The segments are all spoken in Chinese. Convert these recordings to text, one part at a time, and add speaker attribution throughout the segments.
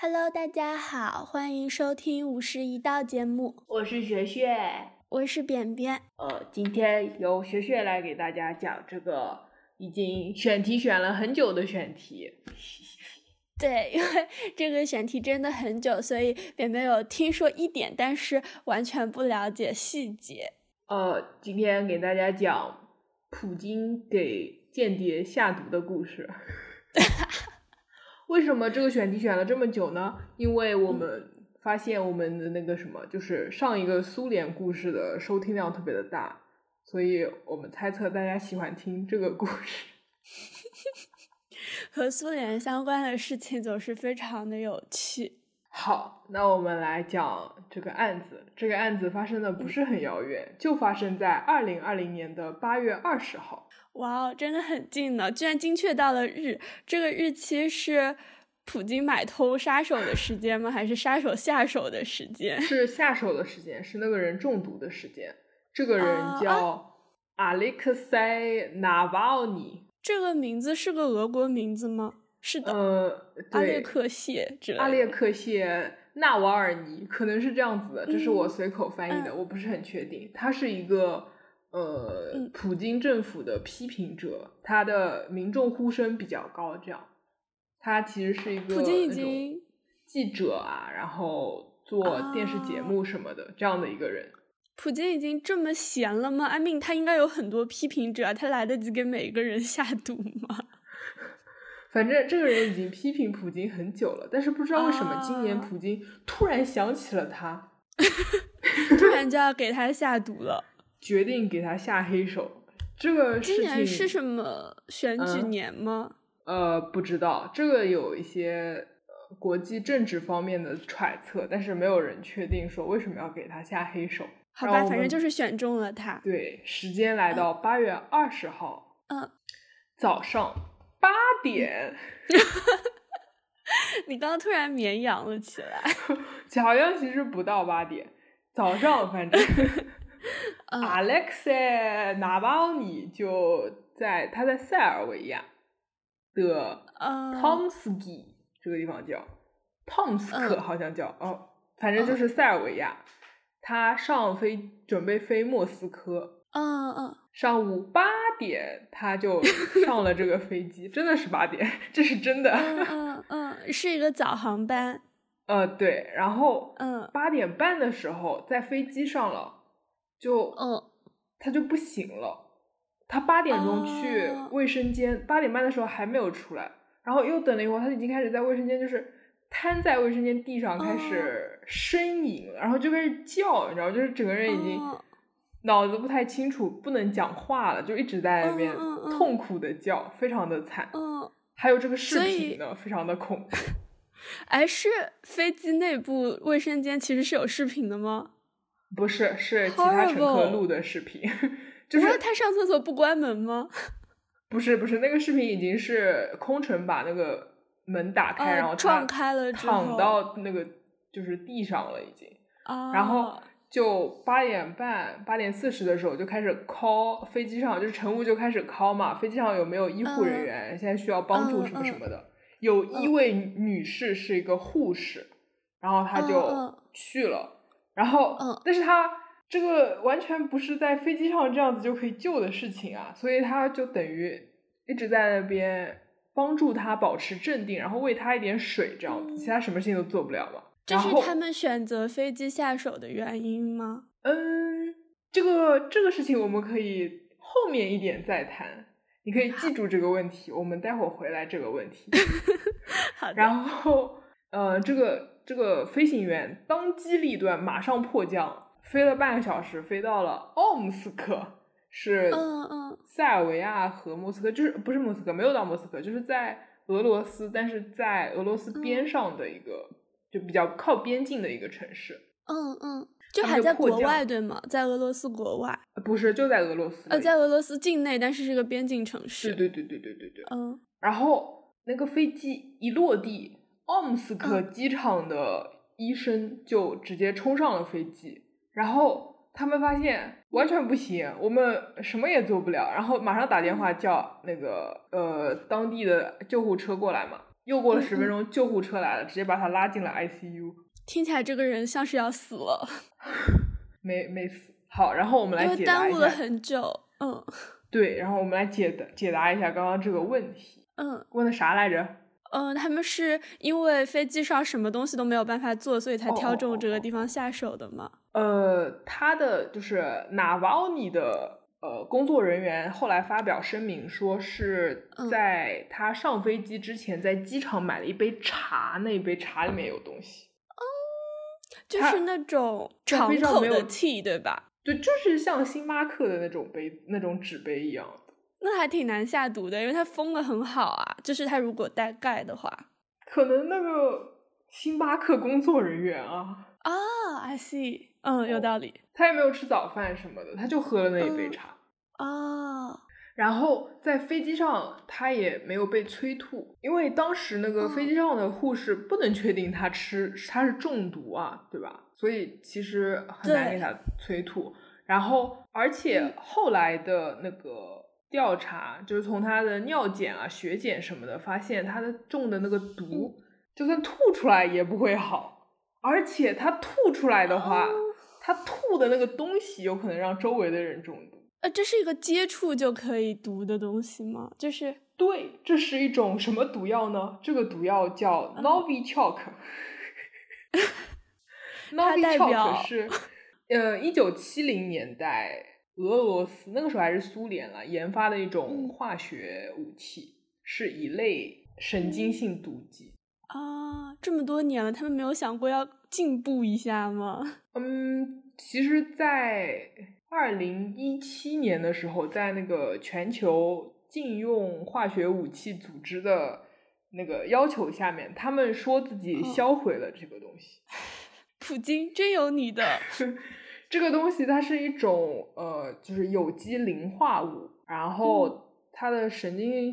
Speaker 1: Hello，大家好，欢迎收听《五十一道》节目，
Speaker 2: 我是学学，
Speaker 1: 我是扁扁。
Speaker 2: 呃，今天由学学来给大家讲这个已经选题选了很久的选题。
Speaker 1: 对，因为 这个选题真的很久，所以扁扁有听说一点，但是完全不了解细节。
Speaker 2: 呃，今天给大家讲普京给间谍下毒的故事。 为什么这个选题选了这么久呢？因为我们发现我们的那个什么，就是上一个苏联故事的收听量特别的大，所以我们猜测大家喜欢听这个故事。
Speaker 1: 和苏联相关的事情总是非常的有趣。
Speaker 2: 好，那我们来讲这个案子。这个案子发生的不是很遥远，就发生在二零二零年的八月二十号。
Speaker 1: 哇哦，真的很近呢，居然精确到了日。这个日期是普京买通杀手的时间吗？还是杀手下手的时间？
Speaker 2: 是下手的时间，是那个人中毒的时间。这个人
Speaker 1: 哦
Speaker 2: 叫阿列克塞·纳瓦奥尼，
Speaker 1: 这个名字是个俄国名字吗？是的，
Speaker 2: 呃，
Speaker 1: 阿列
Speaker 2: 对，
Speaker 1: 克谢之类的。
Speaker 2: 阿列克谢·纳瓦尔尼，可能是这样子的，这是
Speaker 1: 嗯
Speaker 2: 我随口翻译的，我不是很确定。他是一个呃，
Speaker 1: 嗯
Speaker 2: 普京政府的批评者，他的民众呼声比较高，这样。他其实是一个
Speaker 1: 普京已
Speaker 2: 那种
Speaker 1: 经
Speaker 2: 记者啊，然后做电视节
Speaker 1: 啊
Speaker 2: 目什么的、这样的一个人。
Speaker 1: 普京已经这么闲了吗？I mean，他应该有很多批评者啊，他来得及给每个人下毒吗？
Speaker 2: 反正这个人已经批评普京很久了，但是不知道为什么今年
Speaker 1: 啊
Speaker 2: 普京突然想起了他，
Speaker 1: 突然就要给他下毒了。
Speaker 2: 决定给他下黑手。这个事
Speaker 1: 今年
Speaker 2: 情
Speaker 1: 是什么选举
Speaker 2: 嗯
Speaker 1: 年吗？
Speaker 2: 呃，不知道这个有一些呃国际政治方面的揣测，但是没有人确定说为什么要给他下黑手。
Speaker 1: 好
Speaker 2: 让
Speaker 1: 吧，
Speaker 2: 我
Speaker 1: 反正
Speaker 2: 们
Speaker 1: 就是选中了他。
Speaker 2: 对，时间来到八月二十号，
Speaker 1: 嗯，
Speaker 2: 早上八点，
Speaker 1: 你刚刚突然绵羊了起来。
Speaker 2: 好像其实不到八点，早上反正
Speaker 1: 嗯
Speaker 2: Alexei Navalny 就在他在塞尔维亚的
Speaker 1: 嗯、
Speaker 2: Tomsky 这个地方叫，Tomsk
Speaker 1: 嗯
Speaker 2: 好像叫、哦，反正就是塞尔维亚。他上飞准备飞莫斯科，
Speaker 1: 嗯嗯，
Speaker 2: 上午八点 他就上了这个飞机，真的是八点，这是真的。
Speaker 1: 嗯嗯嗯，是一个早航班。
Speaker 2: 呃，对，然后
Speaker 1: 嗯
Speaker 2: 八点半的时候在飞机上了，就
Speaker 1: 嗯
Speaker 2: 他就不行了。他八点钟去
Speaker 1: 哦
Speaker 2: 卫生间，八、点半的时候还没有出来，然后又等了一会儿，他已经开始在卫生间就是瘫在卫生间地上开始
Speaker 1: 哦
Speaker 2: 呻吟了，然后就开始叫，你知道吗，就是整个人已经
Speaker 1: 哦
Speaker 2: 脑子不太清楚，不能讲话了，就一直在那边
Speaker 1: 嗯嗯嗯
Speaker 2: 痛苦的叫，非常的惨。
Speaker 1: 嗯，
Speaker 2: 还有这个视
Speaker 1: 所以
Speaker 2: 频呢，非常的恐怖。
Speaker 1: 哎，是飞机内部卫生间其实是有视频的吗？
Speaker 2: 不是，是其他乘客
Speaker 1: Horrible
Speaker 2: 录的视频， 就是
Speaker 1: 哇他上厕所不关门吗？
Speaker 2: 不是不是，那个视频已经是空乘把那个门打开，
Speaker 1: 哦
Speaker 2: 哎然后他
Speaker 1: 撞开了之后
Speaker 2: 躺到那个就是地上了已经，
Speaker 1: 啊，
Speaker 2: 然后就八点半八点四十的时候就开始 call 飞机上就是乘务就开始 call 嘛，飞机上有没有医护人
Speaker 1: 嗯
Speaker 2: 员，现在需要帮助
Speaker 1: 嗯
Speaker 2: 什么
Speaker 1: 嗯
Speaker 2: 什么的，有一位女士是一个护士，然后她
Speaker 1: 嗯
Speaker 2: 就
Speaker 1: 嗯
Speaker 2: 去了，然后、
Speaker 1: 嗯
Speaker 2: 但是她。这个完全不是在飞机上这样子就可以救的事情啊，所以她就等于一直在那边帮助他保持镇定，然后喂他一点水，这样子，
Speaker 1: 嗯
Speaker 2: 其他什么事情都做不了嘛。
Speaker 1: 这
Speaker 2: 然
Speaker 1: 是
Speaker 2: 后
Speaker 1: 他们选择飞机下手的原因吗？
Speaker 2: 嗯，这个这个事情我们可以后面一点再谈。你可以记住这个问题，我们待会儿回来这个问 题。
Speaker 1: 好的，
Speaker 2: 然后，呃，这个这个飞行员当机立断，马上迫降，飞了半个小时，飞到了奥姆斯克，是
Speaker 1: 嗯嗯
Speaker 2: 塞尔维亚和莫斯科，就是不是莫斯科，没有到莫斯科，就是在俄罗斯，但是在俄罗斯
Speaker 1: 嗯
Speaker 2: 边上的一个，就比较靠边境的一个城市，
Speaker 1: 嗯嗯，就
Speaker 2: 他们
Speaker 1: 还
Speaker 2: 就
Speaker 1: 在
Speaker 2: 迫
Speaker 1: 国
Speaker 2: 降
Speaker 1: 外对吗？在俄罗斯国外，
Speaker 2: 呃不是就在俄罗斯的
Speaker 1: 呃，
Speaker 2: 一个。
Speaker 1: 在俄罗斯境内，但是是个边境城
Speaker 2: 对
Speaker 1: 市。
Speaker 2: 对对对对对对。
Speaker 1: 嗯
Speaker 2: 然后那个飞机一落地，奥姆斯克
Speaker 1: 嗯
Speaker 2: 机场的医生就直接冲上了飞机，然后他们发现完全不行，我们什么也做不了，然后马上打电话叫那个呃当地的救护车过来嘛。又
Speaker 1: 嗯
Speaker 2: 过了十分钟，救护车来了，直接把他拉进了 ICU，
Speaker 1: 听起来这个人像是要死了，
Speaker 2: 没没死。好，然后我们来
Speaker 1: 因
Speaker 2: 解
Speaker 1: 为
Speaker 2: 答
Speaker 1: 耽
Speaker 2: 一
Speaker 1: 误了
Speaker 2: 下，
Speaker 1: 很久。嗯
Speaker 2: 对，然后我们来解答解答一下刚刚这个问题，
Speaker 1: 嗯
Speaker 2: 问的啥来着？
Speaker 1: 嗯，他们是因为飞机上什么东西都没有办法做，所以才
Speaker 2: 哦哦
Speaker 1: 挑
Speaker 2: 哦
Speaker 1: 中这
Speaker 2: 哦
Speaker 1: 个地方下手的嘛。
Speaker 2: 呃，他的就是纳瓦奥尼的呃工作人员后来发表声明说是
Speaker 1: 嗯
Speaker 2: 在他上飞机之前在机场买了一杯茶，那一杯茶里面有东西，
Speaker 1: 就
Speaker 2: 它
Speaker 1: 是那种
Speaker 2: 在
Speaker 1: 敞
Speaker 2: 非常
Speaker 1: 口
Speaker 2: 没有
Speaker 1: 的 T，对吧？
Speaker 2: 对，就是像星巴克的那种杯那种纸杯一样的，
Speaker 1: 那还挺难下毒的，因为它封的很好啊。就是它如果带盖的话，
Speaker 2: 可能那个星巴克工作人员啊，
Speaker 1: 啊、i see，嗯，
Speaker 2: 哦
Speaker 1: 有道理
Speaker 2: 他也没有吃早饭什么的，他就喝了那一杯
Speaker 1: 嗯
Speaker 2: 茶。
Speaker 1: 啊、哦
Speaker 2: 然后在飞机上，他也没有被催吐，因为当时那个飞机上的护士不能确定他吃他是中毒啊，对吧？所以其实很难
Speaker 1: 对
Speaker 2: 给他催吐。然后，而且后来的那个调查，就是从他的尿检啊、血检什么的，发现他的中的那个毒，就算吐出来也不会好，而且他吐出来的话，
Speaker 1: 哦
Speaker 2: 他吐的那个东西有可能让周围的人中毒。
Speaker 1: 呃，这是一个接触就可以毒的东西吗？就是
Speaker 2: 对，这是一种什么毒药呢？这个毒药叫
Speaker 1: 嗯
Speaker 2: Novichok。
Speaker 1: 它代表
Speaker 2: Novichok 是，呃，一九七零年代俄罗斯那个时候还是苏联了，研发的一种
Speaker 1: 嗯
Speaker 2: 化学武器，是一类神经性毒剂。
Speaker 1: 啊，这么多年了，他们没有想过要进步一下吗？
Speaker 2: 嗯，其实，在二零一七年的时候，在那个全球禁用化学武器组织的那个要求下面，他们说自己
Speaker 1: 嗯
Speaker 2: 销毁了这个东西。
Speaker 1: 普京真有你 的，
Speaker 2: 这个东西它是一种呃，就是有机磷化物，然
Speaker 1: 嗯
Speaker 2: 后它的神经，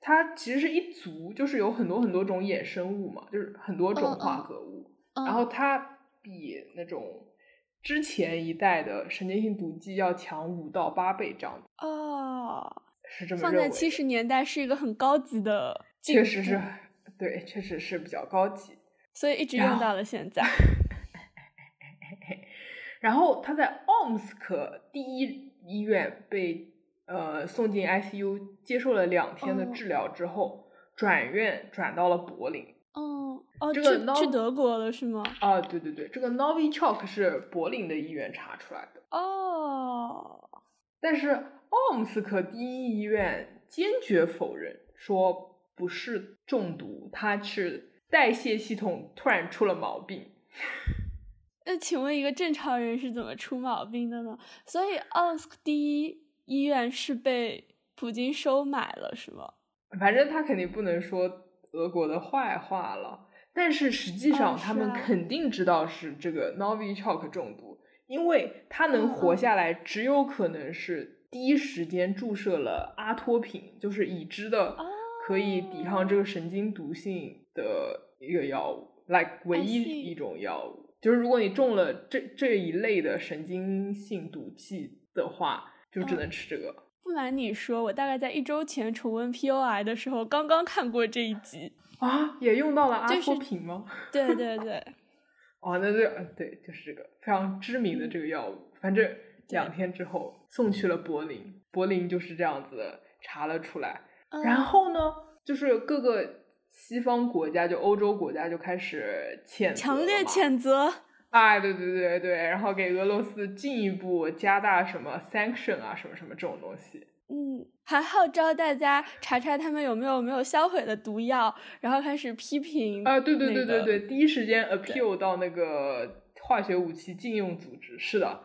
Speaker 2: 它其实是一族，就是有很多很多种衍生物嘛，就是很多种
Speaker 1: 嗯嗯
Speaker 2: 化合物。
Speaker 1: 嗯、
Speaker 2: 然后它比那种之前一代的神经性毒剂要强五到八倍这样子，
Speaker 1: 哦，
Speaker 2: 是这么
Speaker 1: 放
Speaker 2: 认
Speaker 1: 在
Speaker 2: 为的。
Speaker 1: 七十年代是一个很高级的进步，
Speaker 2: 确实是，对，确实是比较高级。
Speaker 1: 所以一直
Speaker 2: 然
Speaker 1: 用
Speaker 2: 后
Speaker 1: 到了现 在。
Speaker 2: 然后他在奥姆斯克第一医院被呃送进 ICU，接受了两天的
Speaker 1: 哦
Speaker 2: 治疗之后，转院转到了柏林。
Speaker 1: 哦哦，
Speaker 2: 这个
Speaker 1: 去
Speaker 2: no-
Speaker 1: 去德国了是吗？
Speaker 2: 啊，对对对，这个 Novichok 是柏林的医院查出来的。
Speaker 1: 哦，
Speaker 2: 但是奥姆斯克第一医院坚决否认，说不是中毒，它是代谢系统突然出了毛病。
Speaker 1: 那请问一个正常人是怎么出毛病的呢？所以奥斯克第一医院是被普京收买了是吗？
Speaker 2: 反正他肯定不能说俄国的坏话了，但是实际上
Speaker 1: 哦
Speaker 2: 他
Speaker 1: 是
Speaker 2: 们
Speaker 1: 啊
Speaker 2: 肯定知道是这个 Novichok 中毒，因为他能
Speaker 1: 嗯
Speaker 2: 活
Speaker 1: 嗯
Speaker 2: 下来，只有可能是第一时间注射了阿托品，就是已知的
Speaker 1: 哦
Speaker 2: 可以抵抗这个神经毒性的一个药物，like 唯
Speaker 1: I
Speaker 2: 一
Speaker 1: see
Speaker 2: 一种药物。就是如果你中了这这一类的神经性毒剂的话，就只
Speaker 1: 嗯
Speaker 2: 能吃这个。
Speaker 1: 不瞒你说，我大概在一周前重温 POI 的时候，刚刚看过这一集。
Speaker 2: 啊，也用到了阿
Speaker 1: 就
Speaker 2: 托
Speaker 1: 是
Speaker 2: 品吗？
Speaker 1: 对对 对，
Speaker 2: 哦，那这嗯对，就是这个非常知名的这个药物。反正两天之后送去了柏林，柏林就是这样子的查了出来。
Speaker 1: 嗯、
Speaker 2: 然后呢，就是各个西方国家，就欧洲国家就开始谴责
Speaker 1: 强烈
Speaker 2: 嘛
Speaker 1: 谴责。
Speaker 2: 哎，对对对对，然后给俄罗斯进一步加大什么 sanction 啊，什么什么这种东西。
Speaker 1: 嗯，还号召大家查查他们有没有没有销毁的毒药，然后开始批评。
Speaker 2: 啊，对对对对
Speaker 1: 那
Speaker 2: 对，
Speaker 1: 个
Speaker 2: 第一时间 appeal 到那个化学武器禁用组织，是
Speaker 1: 嗯
Speaker 2: 的。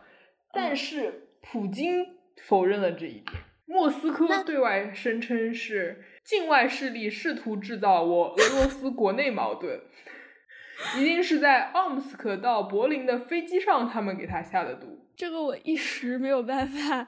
Speaker 2: 但是普京否认了这一点，莫斯科
Speaker 1: 那
Speaker 2: 对外声称是境外势力试图制造我俄罗斯国内矛盾，一定是在奥姆斯克到柏林的飞机上他们给他下的毒。
Speaker 1: 这个我一时没有办法。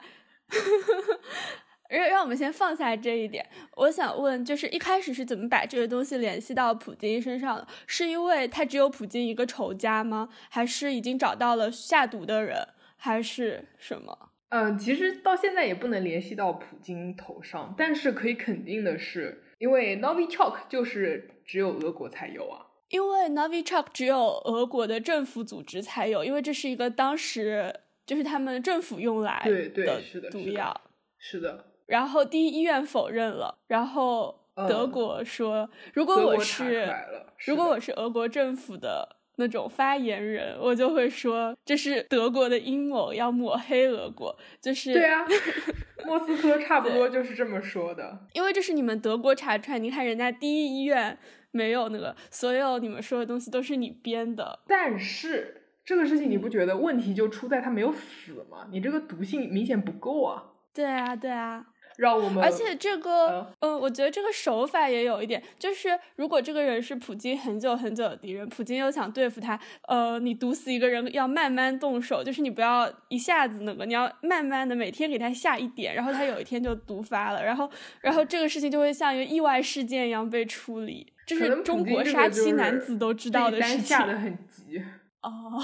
Speaker 1: 让让我们先放下这一点。我想问，就是一开始是怎么把这个东西联系到普京身上的？是因为他只有普京一个仇家吗？还是已经找到了下毒的人？还是什么？
Speaker 2: 嗯，其实到现在也不能联系到普京头上，但是可以肯定的是，因为 Novichok 就是只有俄国才有啊。
Speaker 1: 因为 Novichok 只有俄国的政府组织才有，因为这是一个当时就是他们政府用来
Speaker 2: 对对，是的，
Speaker 1: 毒
Speaker 2: 是的
Speaker 1: 药。
Speaker 2: 是的，
Speaker 1: 然后第一医院否认了，然后德
Speaker 2: 嗯
Speaker 1: 国说，如
Speaker 2: 德
Speaker 1: 果
Speaker 2: 国
Speaker 1: 我
Speaker 2: 查
Speaker 1: 是
Speaker 2: 出来了是
Speaker 1: 如果
Speaker 2: 的
Speaker 1: 我是俄国政府的那种发言人，我就会说这是德国的阴谋，要抹黑俄国，就是
Speaker 2: 对啊， 莫斯科差不多就是这么说的。
Speaker 1: 因为这是你们德国查出来，你看人家第一医院没有那个，所有你们说的东西都是你编的，
Speaker 2: 但是这个事情你不觉得问题就出在他没有死吗？你这个毒性明显不够啊，
Speaker 1: 对啊，对啊。
Speaker 2: 让我们
Speaker 1: 而且这个
Speaker 2: 嗯，
Speaker 1: 嗯，我觉得这个手法也有一点，就是如果这个人是普京很久很久的敌人，普京又想对付他，呃，你毒死一个人要慢慢动手，就是你不要一下子那个，你要慢慢的每天给他下一点，然后他有一天就毒发了，然后，然后这个事情就会像一个意外事件一样被处理，这
Speaker 2: 可
Speaker 1: 是
Speaker 2: 能普
Speaker 1: 中
Speaker 2: 京
Speaker 1: 国
Speaker 2: 这个
Speaker 1: 杀
Speaker 2: 就
Speaker 1: 妻男
Speaker 2: 是
Speaker 1: 子都知
Speaker 2: 这
Speaker 1: 道
Speaker 2: 一
Speaker 1: 的
Speaker 2: 单
Speaker 1: 事情
Speaker 2: 下的很急。
Speaker 1: 哦。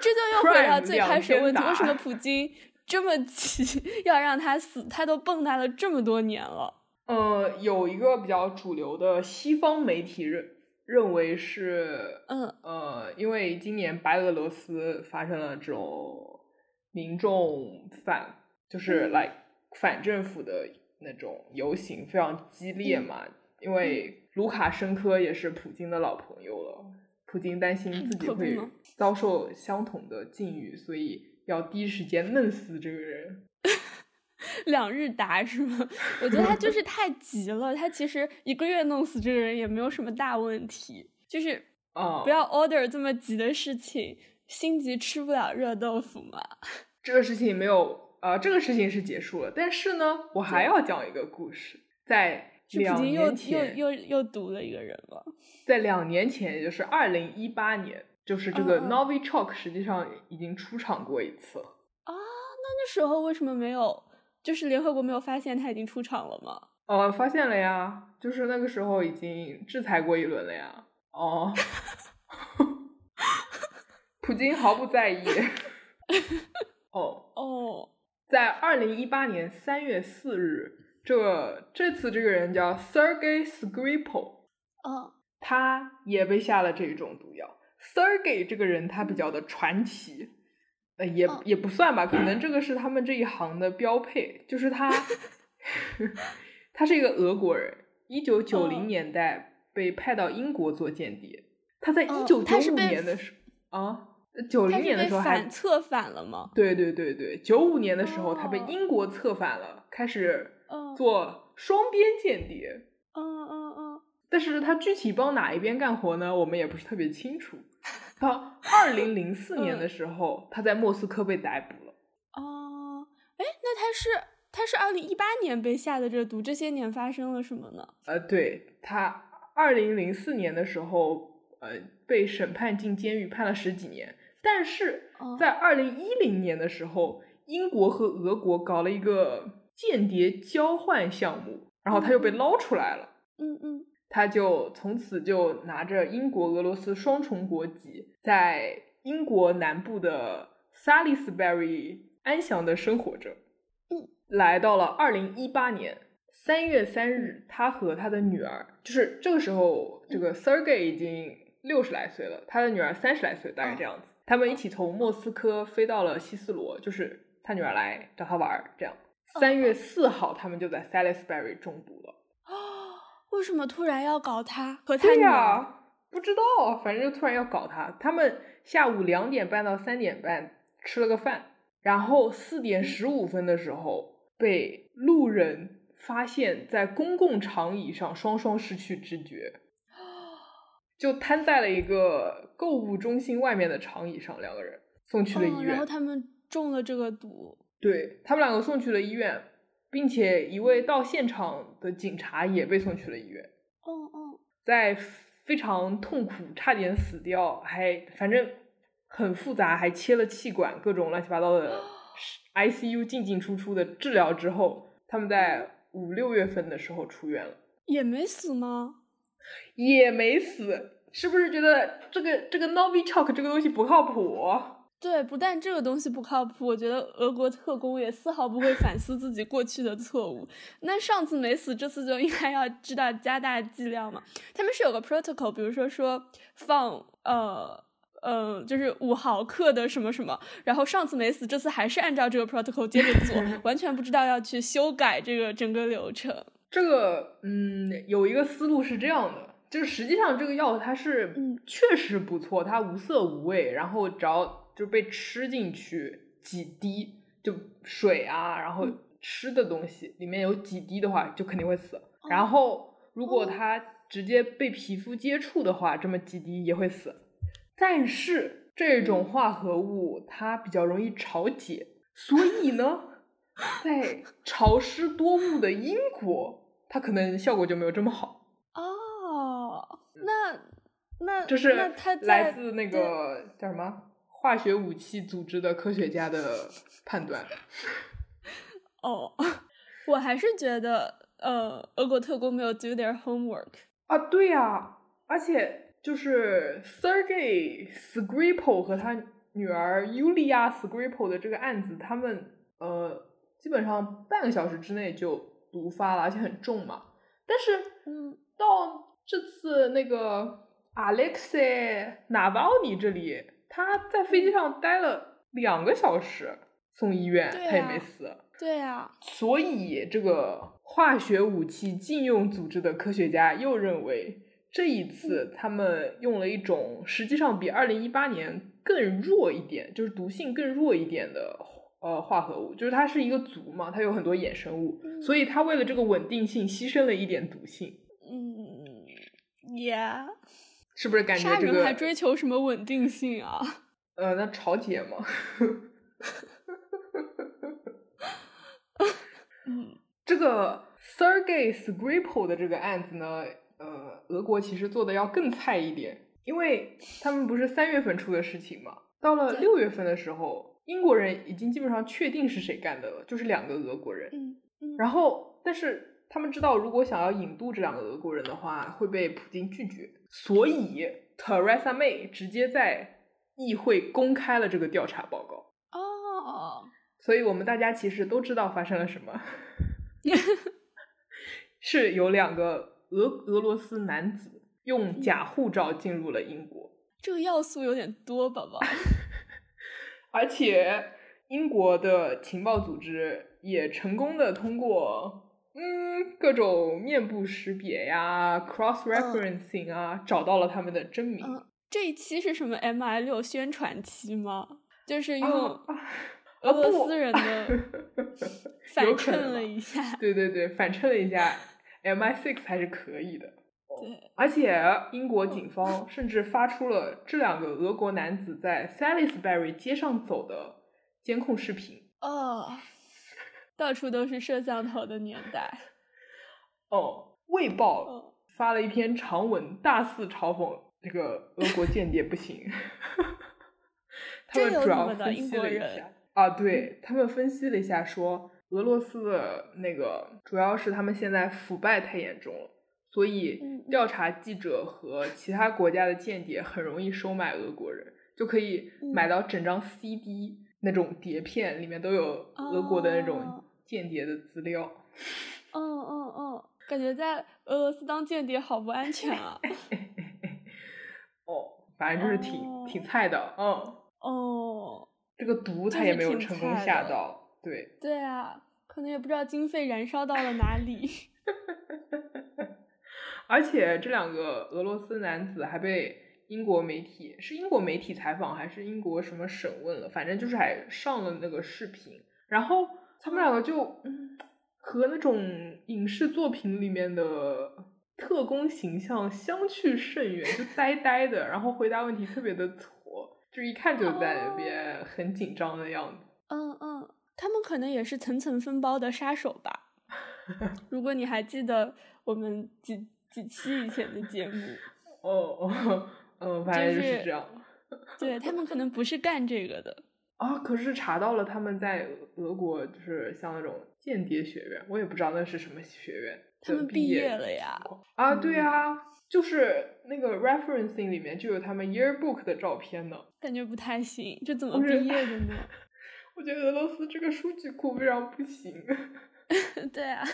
Speaker 1: 这就又回到
Speaker 2: Prime
Speaker 1: 最开始的问题，
Speaker 2: 两
Speaker 1: 为什
Speaker 2: 天打
Speaker 1: 么普京这么急要让他死？他都蹦跶了这么多年了。
Speaker 2: 呃，有一个比较主流的西方媒体认认为是，
Speaker 1: 嗯，
Speaker 2: 呃，因为今年白俄罗斯发生了这种民众反，就是
Speaker 1: 嗯
Speaker 2: 来反政府的那种游行，非常激
Speaker 1: 嗯
Speaker 2: 烈嘛。因为卢卡申科也是普京的老朋友了，
Speaker 1: 嗯
Speaker 2: 普京担心自己
Speaker 1: 可不
Speaker 2: 会
Speaker 1: 嘛
Speaker 2: 遭受相同的境遇，所以要第一时间弄死这个人。
Speaker 1: 两日达是吗？我觉得他 就是太急了，他其实一个月弄死这个人也没有什么大问题，就是
Speaker 2: 啊、
Speaker 1: 不要 order 这么急的事情，心急吃不了热豆腐嘛。
Speaker 2: 这个事情没有，呃，这个事情是结束了。但是呢，我还要讲一个故事，在
Speaker 1: 是普
Speaker 2: 两
Speaker 1: 京又
Speaker 2: 年
Speaker 1: 又
Speaker 2: 前，
Speaker 1: 又又毒了一个人了。
Speaker 2: 在两年前，也就是二零一八年，就是这个
Speaker 1: 嗯嗯
Speaker 2: Novichok 实际上已经出场过一次了。
Speaker 1: 那时候为什么没有？就是联合国没有发现他已经出场了吗？
Speaker 2: 哦，发现了呀，就是那个时候已经制裁过一轮了呀。哦， 普京毫不在意。 哦，
Speaker 1: 哦，
Speaker 2: 在二零一八年三月四日，这这次这个人叫 Sergey Skripal，
Speaker 1: 嗯。
Speaker 2: 哦他也被下了这种毒药。Sergey 这个人他比较的传奇，呃，也
Speaker 1: 嗯
Speaker 2: 也不算吧，可能这个是他们这一行的标配，就 是他，他是一个俄国人，一九九零
Speaker 1: 嗯
Speaker 2: 年代被派到英国做间谍。他在一
Speaker 1: 嗯
Speaker 2: 九九
Speaker 1: 他是
Speaker 2: 五
Speaker 1: 被
Speaker 2: 年的时候啊，九
Speaker 1: 他
Speaker 2: 零
Speaker 1: 是
Speaker 2: 年的
Speaker 1: 被
Speaker 2: 时候还
Speaker 1: 反策反了吗？
Speaker 2: 对对对对，九五年的时候，他被
Speaker 1: 哦
Speaker 2: 英国策反了，开始
Speaker 1: 嗯
Speaker 2: 做双边间谍。
Speaker 1: 嗯嗯嗯，
Speaker 2: 但是他具体帮哪一边干活呢？我们也不是特别清楚。到二零零四年
Speaker 1: 嗯
Speaker 2: 的时候，他在莫斯科被逮捕了。
Speaker 1: 哦，哎，那他是他是二零一八年被下的这毒，这些年发生了什么呢？
Speaker 2: 呃，对他二零零四年的时候，呃，被审判进监狱，判了十几年。但是
Speaker 1: 哦
Speaker 2: 在二零一零年的时候，英国和俄国搞了一个间谍交换项目，然后他又被捞出来了。
Speaker 1: 嗯嗯，
Speaker 2: 他就从此就拿着英国、俄罗斯双重国籍，在英国南部的 Salisbury 安详的生活着
Speaker 1: 嗯。
Speaker 2: 来到了二零一八年三月三日，他和他的女儿，就是这个时候，这个 Sergey 已经六十来岁了，他的女儿三十来岁，大概这样子。他们一起从莫斯科飞到了西斯罗，就是他女儿来找他玩儿，这样。三月四号，他们就在 Salisbury 中毒了。
Speaker 1: 哦，为什么突然要搞他和他
Speaker 2: 对
Speaker 1: 女
Speaker 2: 呀、
Speaker 1: 儿？
Speaker 2: 不知道，反正就突然要搞他。他们下午两点半到三点半吃了个饭，然后四点十五分的时候被路人发现，在公共长椅上双双失去知觉，
Speaker 1: 啊
Speaker 2: 就瘫在了一个购物中心外面的长椅上，两个人送去了医
Speaker 1: 嗯，
Speaker 2: 院。
Speaker 1: 然后他们中了这个毒，
Speaker 2: 对他们两个送去了医院，并且一位到现场的警察也被送去了医院。
Speaker 1: 哦哦，
Speaker 2: 在非常痛苦，差点死掉，还反正很复杂，还切了气管，各种乱七八糟的 ICU 进进出出的治疗之后，他们在五六月份的时候出院了，
Speaker 1: 也没死吗？
Speaker 2: 也没死。是不是觉得这个这个 Novichok 这个东西不靠谱？
Speaker 1: 对，不但这个东西不靠谱，我觉得俄国特工也丝毫不会反思自己过去的错误。那上次没死，这次就应该要知道加大剂量嘛。他们是有个 protocol，比如说说放呃呃，就是五毫克的什么什么，然后上次没死，这次还是按照这个 protocol 接着做， 完全不知道要去修改这个整个流程。
Speaker 2: 这个嗯，有一个思路是这样的，就是实际上这个药它是
Speaker 1: 嗯
Speaker 2: 确实不错，它无色无味，然后只要就被吃进去几滴，就水啊，然后
Speaker 1: 嗯
Speaker 2: 吃的东西里面有几滴的话，就肯定会死。
Speaker 1: 哦
Speaker 2: 然后如果它直接被皮肤接触的话，这么几滴也会死。但是这
Speaker 1: 嗯
Speaker 2: 种化合物它比较容易潮解，所以呢，在潮湿多雾的英国，它可能效果就没有这么好。
Speaker 1: 哦，那那
Speaker 2: 这是
Speaker 1: 那他
Speaker 2: 来
Speaker 1: 在
Speaker 2: 自那个叫什么化学武器组织的科学家的判断。
Speaker 1: 哦， 我还是觉得呃，俄国特工没有 do their homework。
Speaker 2: 啊，对呀、而且就是 Sergey Skripal 和他女儿 Yulia Skripal 的这个案子，他们呃基本上半个小时之内就毒发了，而且很重嘛。但是
Speaker 1: 嗯，
Speaker 2: 到这次那个 Alexei Navalny 这里，他在
Speaker 1: 嗯
Speaker 2: 飞机上待了两个小时，送医院，
Speaker 1: 对
Speaker 2: 他也没
Speaker 1: 啊
Speaker 2: 死。
Speaker 1: 对啊，
Speaker 2: 所以，这个化学武器禁用组织的科学家又认为，这一次
Speaker 1: 嗯
Speaker 2: 他们用了一种实际上比二零一八年更弱一点，就是毒性更弱一点的呃化合物，就是它是一个族嘛，它有很多衍生物，
Speaker 1: 嗯
Speaker 2: 所以它为了这个稳定性牺牲了一点毒性，
Speaker 1: 嗯，yeah，
Speaker 2: 是不 是感觉
Speaker 1: 杀
Speaker 2: 这
Speaker 1: 人还
Speaker 2: 个
Speaker 1: 追求什么稳定性啊？
Speaker 2: 呃那潮姐 嘛？
Speaker 1: 嗯
Speaker 2: 这个 Sergey Skripal 的这个案子呢，呃，俄国其实做的要更菜一点，因为他们不是三月份出的事情嘛，到了
Speaker 1: 对
Speaker 2: 六月份的时候，英国人已经基本上确定是谁干的了，就是两个俄国人。
Speaker 1: 嗯嗯，
Speaker 2: 然后，但是他们知道，如果想要引渡这两个俄国人的话，会被普京拒绝，所以 Theresa May 直接在议会公开了这个调查报告。
Speaker 1: 哦，
Speaker 2: 所以我们大家其实都知道发生了什么，是有两个俄俄罗斯男子用假护照进入了英国，
Speaker 1: 这个要素有点多，宝宝。
Speaker 2: 而且英国的情报组织也成功的通过嗯各种面部识别呀、cross referencing 啊，找到了他们的真名。
Speaker 1: 嗯这一期是什么 MI 六宣传期吗？就是用
Speaker 2: 啊啊
Speaker 1: 俄
Speaker 2: 啊不
Speaker 1: 罗斯人的 反
Speaker 2: 有可能啊
Speaker 1: 衬了
Speaker 2: 吧
Speaker 1: 一下，
Speaker 2: 对对对，反衬了一 下，MI6 还是可以的。
Speaker 1: 对，嗯
Speaker 2: 而且英国警方甚至发出了这两个俄国男子在 Salisbury 街上走的监控视频。
Speaker 1: 哦， 到处都是摄像头的年代，
Speaker 2: 哦，《卫报》
Speaker 1: 哦，
Speaker 2: 发了一篇长文，大肆嘲讽这个俄国间谍不行。 他们
Speaker 1: 这有
Speaker 2: 主
Speaker 1: 什
Speaker 2: 要
Speaker 1: 么的
Speaker 2: 分
Speaker 1: 英
Speaker 2: 析
Speaker 1: 国
Speaker 2: 了一
Speaker 1: 人嗯
Speaker 2: 下啊，对他们分析了一下说，俄罗斯的那个主要是他们现在腐败太严重了，所以
Speaker 1: 嗯嗯
Speaker 2: 调查记者和其他国家的间谍很容易收买俄国人，就可以
Speaker 1: 嗯
Speaker 2: 买到整张 CD、那种碟片，里面都有俄国的那种
Speaker 1: 哦
Speaker 2: 间谍的资料。
Speaker 1: 嗯嗯嗯，感觉在俄罗斯当间谍好不安全 啊。
Speaker 2: 哦，反正就是挺、
Speaker 1: 哦
Speaker 2: 挺菜的，嗯，
Speaker 1: 哦，
Speaker 2: 这个
Speaker 1: 就
Speaker 2: 毒他也
Speaker 1: 是
Speaker 2: 没有
Speaker 1: 挺
Speaker 2: 成功
Speaker 1: 菜
Speaker 2: 下
Speaker 1: 的
Speaker 2: 到，对。
Speaker 1: 对啊，可能也不知道经费燃烧到了哪里。
Speaker 2: 而且这两个俄罗斯男子还被英国媒体是英国媒体采访还是英国什么审问了，反正就是还上了那个视频。然后他们两个就嗯，和那种影视作品里面的特工形象相去甚远，就呆呆的，然后回答问题特别的挫，就一看就在那
Speaker 1: 哦
Speaker 2: 边很紧张的样子。
Speaker 1: 嗯嗯，他们可能也是层层分包的杀手 吧。如果你还记得我们几几期以前的节目，
Speaker 2: 哦哦，嗯，反正就是这样。
Speaker 1: 对他们可能不是干这个的。
Speaker 2: 啊，可是查到了他们在俄国就是像那种间谍学院，我也不知道那是什么学院。
Speaker 1: 他
Speaker 2: 的
Speaker 1: 们
Speaker 2: 毕
Speaker 1: 毕
Speaker 2: 业
Speaker 1: 业了呀嗯
Speaker 2: 情况啊，对啊，就是那个 referencing 里面就有他们 yearbook 的照片呢。
Speaker 1: 感觉不太行，这怎么
Speaker 2: 我觉得
Speaker 1: 毕业的呢？
Speaker 2: 我觉得俄罗斯这个数据库非常不行。
Speaker 1: 对啊，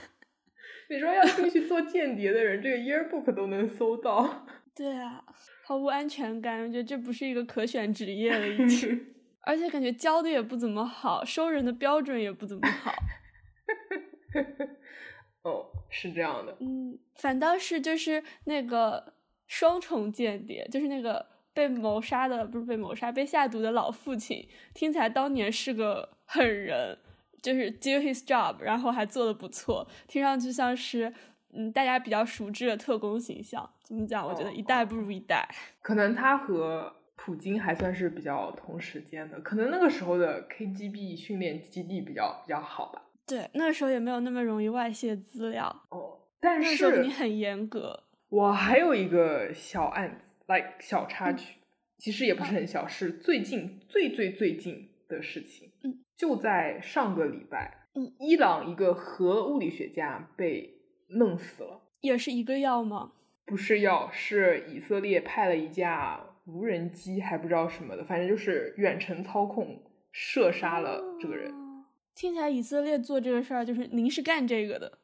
Speaker 2: 你说要进去做间谍的人，这个 yearbook 都能搜到。
Speaker 1: 对啊，毫无安全感，我觉得这不是一个可选职业了，已经。 而且感觉教的也不怎么好，收人的标准也不怎么 好。
Speaker 2: 哦，是这样的。
Speaker 1: 嗯，反倒是就是那个双重间谍，就是那个被谋杀的，不是被谋杀，被下毒的老父亲，听起来当年是个狠人，就是 do his job，然后还做的不错，听上去像是嗯大家比较熟知的特工形象。怎么讲？我觉得
Speaker 2: 哦
Speaker 1: 一代不如一代。
Speaker 2: 可能他和普京还算是比较同时间的，可能那个时候的 KGB 训练基地比较比较好吧。
Speaker 1: 对，那时候也没有那么容易外泄资料，
Speaker 2: 哦，但
Speaker 1: 那时候
Speaker 2: 是
Speaker 1: 你很严格。
Speaker 2: 我还有一个小案子，like 小插
Speaker 1: 嗯
Speaker 2: 曲，其实也不是很小，是最近最最最近的事情。
Speaker 1: 嗯，
Speaker 2: 就在上个礼拜，
Speaker 1: 嗯
Speaker 2: 伊朗一个核物理学家被弄死了。
Speaker 1: 也是一个药吗？
Speaker 2: 不是药，是以色列派了一架无人机，还不知道什么的，反正就是远程操控射杀了这个人。
Speaker 1: 哦。听起来以色列做这个事儿，就是您是干这个的。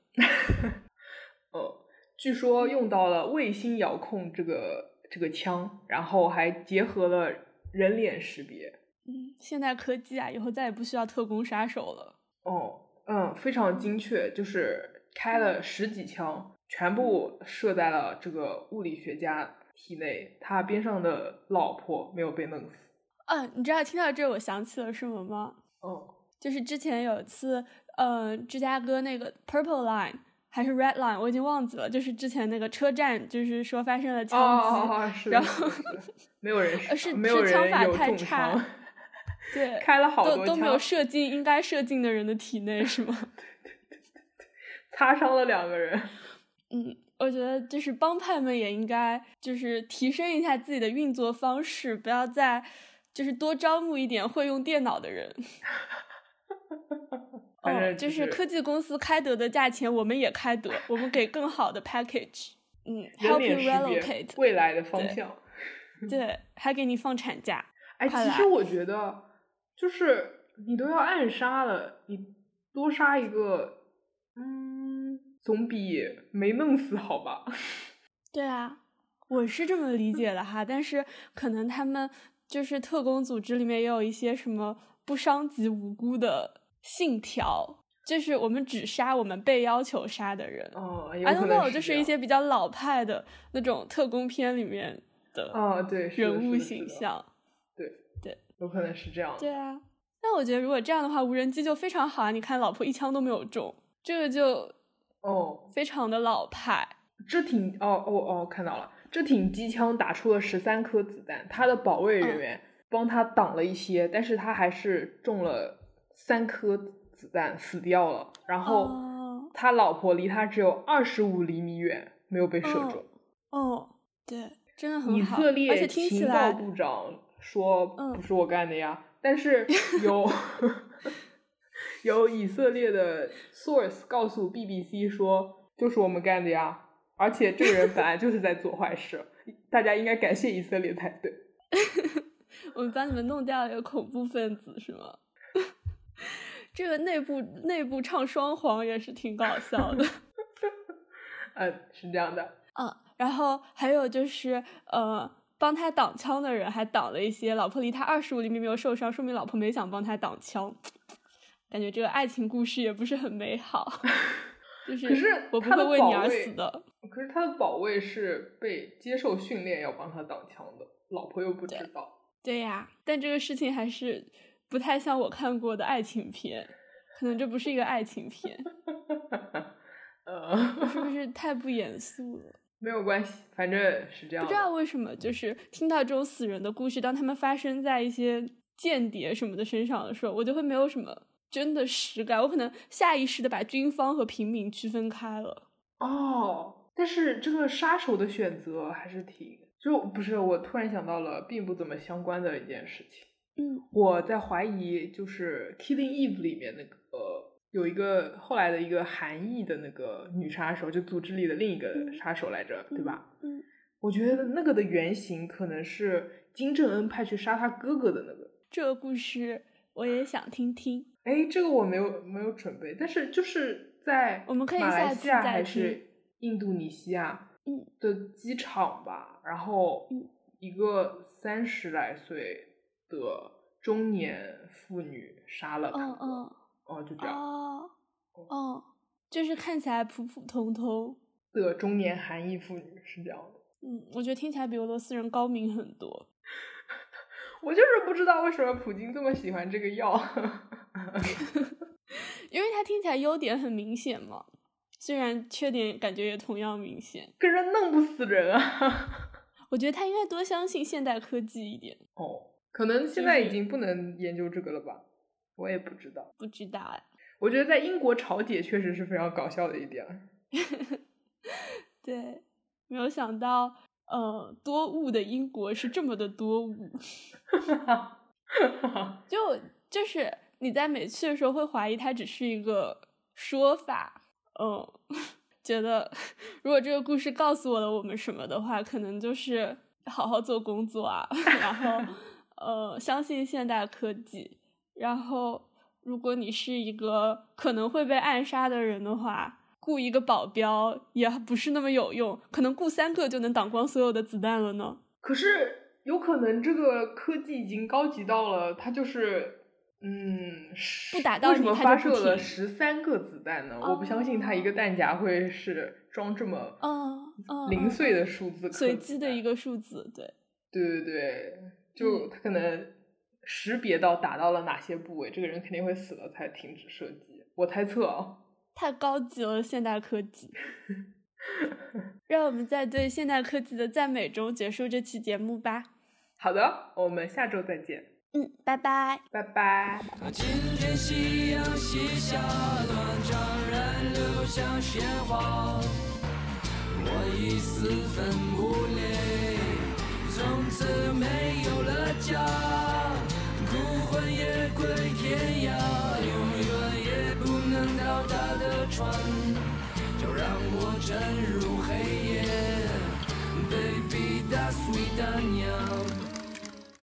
Speaker 2: 呃，据说用到了卫星遥控这个这个枪，然后还结合了人脸识别。
Speaker 1: 嗯，现代科技啊，以后再也不需要特工杀手了。
Speaker 2: 哦，嗯，非常精确，就是开了十几枪，全部射在了这个物理学家体内。他边上的老婆没有被弄死。
Speaker 1: 啊，你知道听到这儿我想起了什么吗？
Speaker 2: 哦，
Speaker 1: 就是之前有一次，呃，芝加哥那个 Purple Line 还是 Red Line，我已经忘记了，就是之前那个车站，就是说发生了
Speaker 2: 哦
Speaker 1: 枪击，
Speaker 2: 哦哦哦，是的，
Speaker 1: 然
Speaker 2: 是的
Speaker 1: 后
Speaker 2: 是的没有人
Speaker 1: 呃
Speaker 2: 伤
Speaker 1: 是
Speaker 2: 没有
Speaker 1: 是枪
Speaker 2: 人
Speaker 1: 法
Speaker 2: 有
Speaker 1: 太
Speaker 2: 重
Speaker 1: 差
Speaker 2: 伤，
Speaker 1: 对，
Speaker 2: 开了好
Speaker 1: 都
Speaker 2: 多
Speaker 1: 都没
Speaker 2: 枪
Speaker 1: 有射进应该射进的人的体内，是吗？
Speaker 2: 擦伤了两个人。
Speaker 1: 嗯，我觉得就是帮派们也应该就是提升一下自己的运作方式，不要再就是多招募一点会用电脑的人。
Speaker 2: 反
Speaker 1: 哦，
Speaker 2: 正
Speaker 1: 就是科技公司开得的价钱，我们也开得，我们给更好的 package。嗯
Speaker 2: 人
Speaker 1: ，help you
Speaker 2: 脸识别
Speaker 1: relocate，
Speaker 2: 未来的方
Speaker 1: 对
Speaker 2: 向。
Speaker 1: 对，还给你放产假。
Speaker 2: 哎，
Speaker 1: 快
Speaker 2: 其
Speaker 1: 来
Speaker 2: 实我觉得，就是你都要暗杀了，你多杀一个，嗯，总比没弄死好吧？
Speaker 1: 对啊，我是这么理解的哈，但是可能他们就是特工组织里面也有一些什么不伤及无辜的信条，就是我们只杀我们被要求杀的人。
Speaker 2: 哦，有
Speaker 1: I
Speaker 2: 可
Speaker 1: don't
Speaker 2: 能
Speaker 1: know，就是
Speaker 2: 这
Speaker 1: 一
Speaker 2: 样
Speaker 1: 些比较老派的那种特工片里面的
Speaker 2: 哦，对，是的
Speaker 1: 人物
Speaker 2: 是的是
Speaker 1: 形
Speaker 2: 的
Speaker 1: 象。
Speaker 2: 有可能是这样的。
Speaker 1: 对啊，那我觉得如果这样的话，无人机就非常好啊！你看，老婆一枪都没有中，这个就
Speaker 2: 哦，
Speaker 1: 非常的老派。
Speaker 2: 这挺哦哦哦，看到了，这挺机枪打出了十三颗子弹，他的保卫人
Speaker 1: 嗯
Speaker 2: 员帮他挡了一些，但是他还是中了三颗子弹死掉了。然后
Speaker 1: 哦
Speaker 2: 他老婆离他只有二十五厘米远，没有被射
Speaker 1: 嗯
Speaker 2: 中。
Speaker 1: 哦，对，真的
Speaker 2: 以
Speaker 1: 很好，
Speaker 2: 色
Speaker 1: 而
Speaker 2: 列
Speaker 1: 且听起
Speaker 2: 情报
Speaker 1: 来
Speaker 2: 部长说
Speaker 1: 嗯
Speaker 2: 不是我干的呀，但是有有以色列的 source 告诉 BBC 说就是我们干的呀，而且这个人本来就是在做坏事，大家应该感谢以色列才对。
Speaker 1: 我们帮你们弄掉一个恐怖分子是吗？ 这个内部内部唱双簧也是挺搞笑的。
Speaker 2: 嗯，是这样的。
Speaker 1: 嗯，然后还有就是呃，帮他挡枪的人还挡了一些，老婆离他二十五厘米没有受伤，说明老婆没想帮他挡枪。感觉这个爱情故事也不是很美好， 就
Speaker 2: 可是
Speaker 1: 我不
Speaker 2: 他
Speaker 1: 会
Speaker 2: 的
Speaker 1: 为
Speaker 2: 保
Speaker 1: 你而
Speaker 2: 卫
Speaker 1: 死的。
Speaker 2: 可是他的保卫是被接受训练要帮他挡枪的，老婆又不知道。
Speaker 1: 对呀，但这个事情还是不太像我看过的爱情片，可能这不是一个爱情片。
Speaker 2: 呃，
Speaker 1: 是不是太不严肃了？
Speaker 2: 没有关系，反正是这样
Speaker 1: 不
Speaker 2: 的。
Speaker 1: 知道为什么，就是听到这种死人的故事，当他们发生在一些间谍什么的身上的时候，我就会没有什么真的实感，我可能下意识的把军方和平民区分开了。
Speaker 2: 哦，但是这个杀手的选择还是挺……就不是我突然想到了并不怎么相关的一件事情，
Speaker 1: 嗯，
Speaker 2: 我在怀疑就是《Killing Eve》里面那个、呃、有一个后来的一个韩裔的那个女杀手，就组织里的另一个
Speaker 1: 嗯
Speaker 2: 杀手来着，对吧？
Speaker 1: 嗯，
Speaker 2: 我觉得那个的原型可能是金正恩派去杀他哥哥的那个。
Speaker 1: 这个故事我也想听听。
Speaker 2: 哎，这个我没有没有准备，但是就是在
Speaker 1: 我们可以
Speaker 2: 马来
Speaker 1: 下次
Speaker 2: 西亚
Speaker 1: 再
Speaker 2: 还
Speaker 1: 听
Speaker 2: 是印度尼西亚
Speaker 1: 嗯
Speaker 2: 的机场吧，然后
Speaker 1: 嗯
Speaker 2: 一个三十来岁的中年妇女杀了他
Speaker 1: 嗯
Speaker 2: 哥，
Speaker 1: 嗯
Speaker 2: 哦，就这样
Speaker 1: 哦哦，就是看起来普普通通。
Speaker 2: 的中年韩裔妇女是这样的。
Speaker 1: 嗯，我觉得听起来比俄罗斯人高明很多。
Speaker 2: 我就是不知道为什么普京这么喜欢这个药。
Speaker 1: 因为它听起来优点很明显嘛，虽然缺点感觉也同样明显。
Speaker 2: 跟人弄不死人啊！
Speaker 1: 我觉得他应该多相信现代科技一点。
Speaker 2: 哦，可能现在已经不能研究这个了吧？我也不知道。
Speaker 1: 不知道哎，
Speaker 2: 我觉得在英国潮姐确实是非常搞笑的一点。
Speaker 1: 对，没有想到，呃，多雾的英国是这么的多雾， 就就是你在每次的时候会怀疑它只是一个说法，嗯， 觉得如果这个故事告诉我了我们什么的话，可能就是好好做工作啊， 然后呃，相信现代科技，然后如果你是一个可能会被暗杀的人的话。雇一个保镖也不是那么有用，可能雇三个就能挡光所有的子弹了呢。
Speaker 2: 可是有可能这个科技已经高级到了，它就是嗯，十
Speaker 1: 不打到
Speaker 2: 为什
Speaker 1: 你
Speaker 2: 么
Speaker 1: 它
Speaker 2: 发
Speaker 1: 就
Speaker 2: 射
Speaker 1: 不
Speaker 2: 了
Speaker 1: 停哦
Speaker 2: 十三个子弹呢？我不相信它一个弹夹会是装这么
Speaker 1: 嗯嗯，
Speaker 2: 零
Speaker 1: 嗯
Speaker 2: 碎的数字，
Speaker 1: 随机的一
Speaker 2: 个。
Speaker 1: 个嗯数字，对，
Speaker 2: 对对对，就他可能识别到打到了哪些部位，这个人肯定会死了才停止射击。我猜测啊，
Speaker 1: 太高级了，现代科 技。让我们在对现代科技的赞美中结束这期节目吧。
Speaker 2: 好的，我们下周再见，
Speaker 1: 嗯，拜拜。
Speaker 2: 拜拜。
Speaker 3: 那今天夕阳西下，断肠人流向鲜花。我已四分五裂，从此没有了家，孤魂野归天涯，永远也不能到达的船，就让我沉入黑夜。